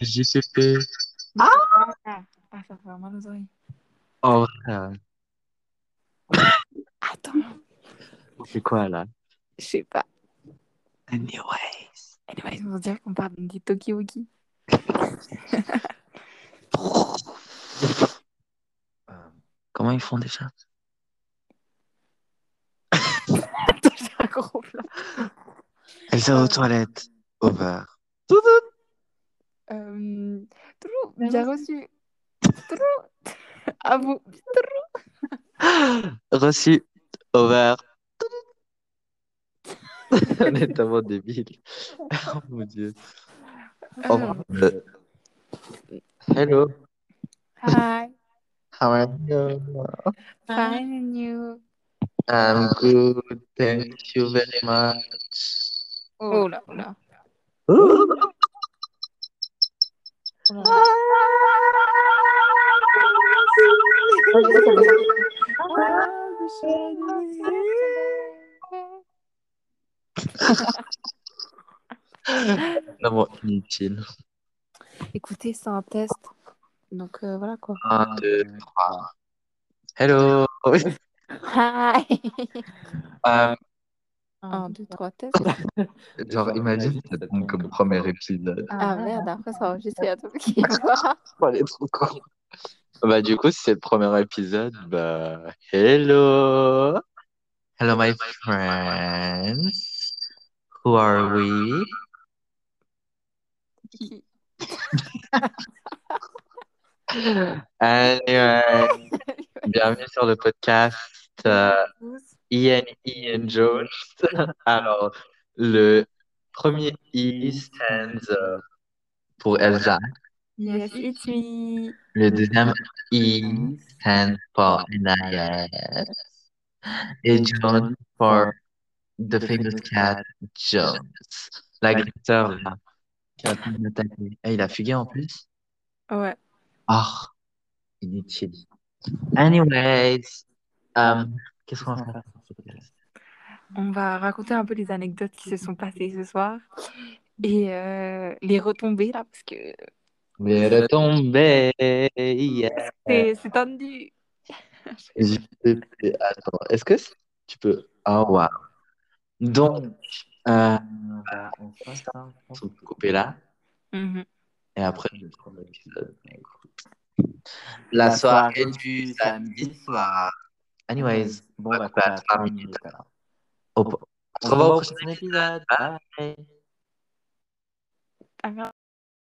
J'ai fait Ah, ah, ça fait vraiment nos oreilles. Oh, euh, Attends, c'est quoi là? je sais pas. Anyway. Anyway, ils vont dire qu'on parle des Tokiwoki. Euh, Comment ils font déjà? Attends, j'ai un gros plan. Elle sort Euh. aux toilettes. Au bar. Euh, toujours bien reçu. Toujours. Ah À vous. Reçu. Au bar. On est tellement débile. Oh mon dieu. Oh, Euh, euh, Hello. hi, How are you? fine and you. I'm good. Thank you very much. Oh là, oh là. Vraiment inutile. Écoutez, c'est un test. Donc euh, voilà quoi. 1, 2, 3. Hello. Hi. Euh, Un, deux, trois tests. genre, imagine, ça tombe comme premier épisode. Ah merde, après ça enregistre, il y a tout qui va. Oh, elle est trop con. Bah, du coup, si c'est le premier épisode, bah, hello. Hello, my friends. Who are we? Anyway, bienvenue sur le podcast euh, Ian Ian Jones. Alors, le premier I stands euh, pour Elsa. Yes, it's me. Le deuxième E stands for NIS. Et John for the famous cat Jones. L'agresseur, là, qui a tenté de m'attaquer. Eh, il a fugué en plus. Ouais. Ah, inutile. Anyways, euh, qu'est-ce qu'on va faire sur ce podcast On va raconter un peu les anecdotes qui se sont passées ce soir et euh, les retombées là parce que Mais retombé hier. c'est c'est tendu. JPP, Attends, est-ce que c'est- tu peux. Ah, waouh. Donc, euh, bah, on fera ça, je pense qu'on peut couper là, Mhm. et après, je vais prendre l'épisode. La soirée du samedi soir. Anyways, bon, on bah, va quoi, couper à à 3 trois minutes. minutes, alors. Au- On se revoit au prochain épisode. Bye. Ah, merde.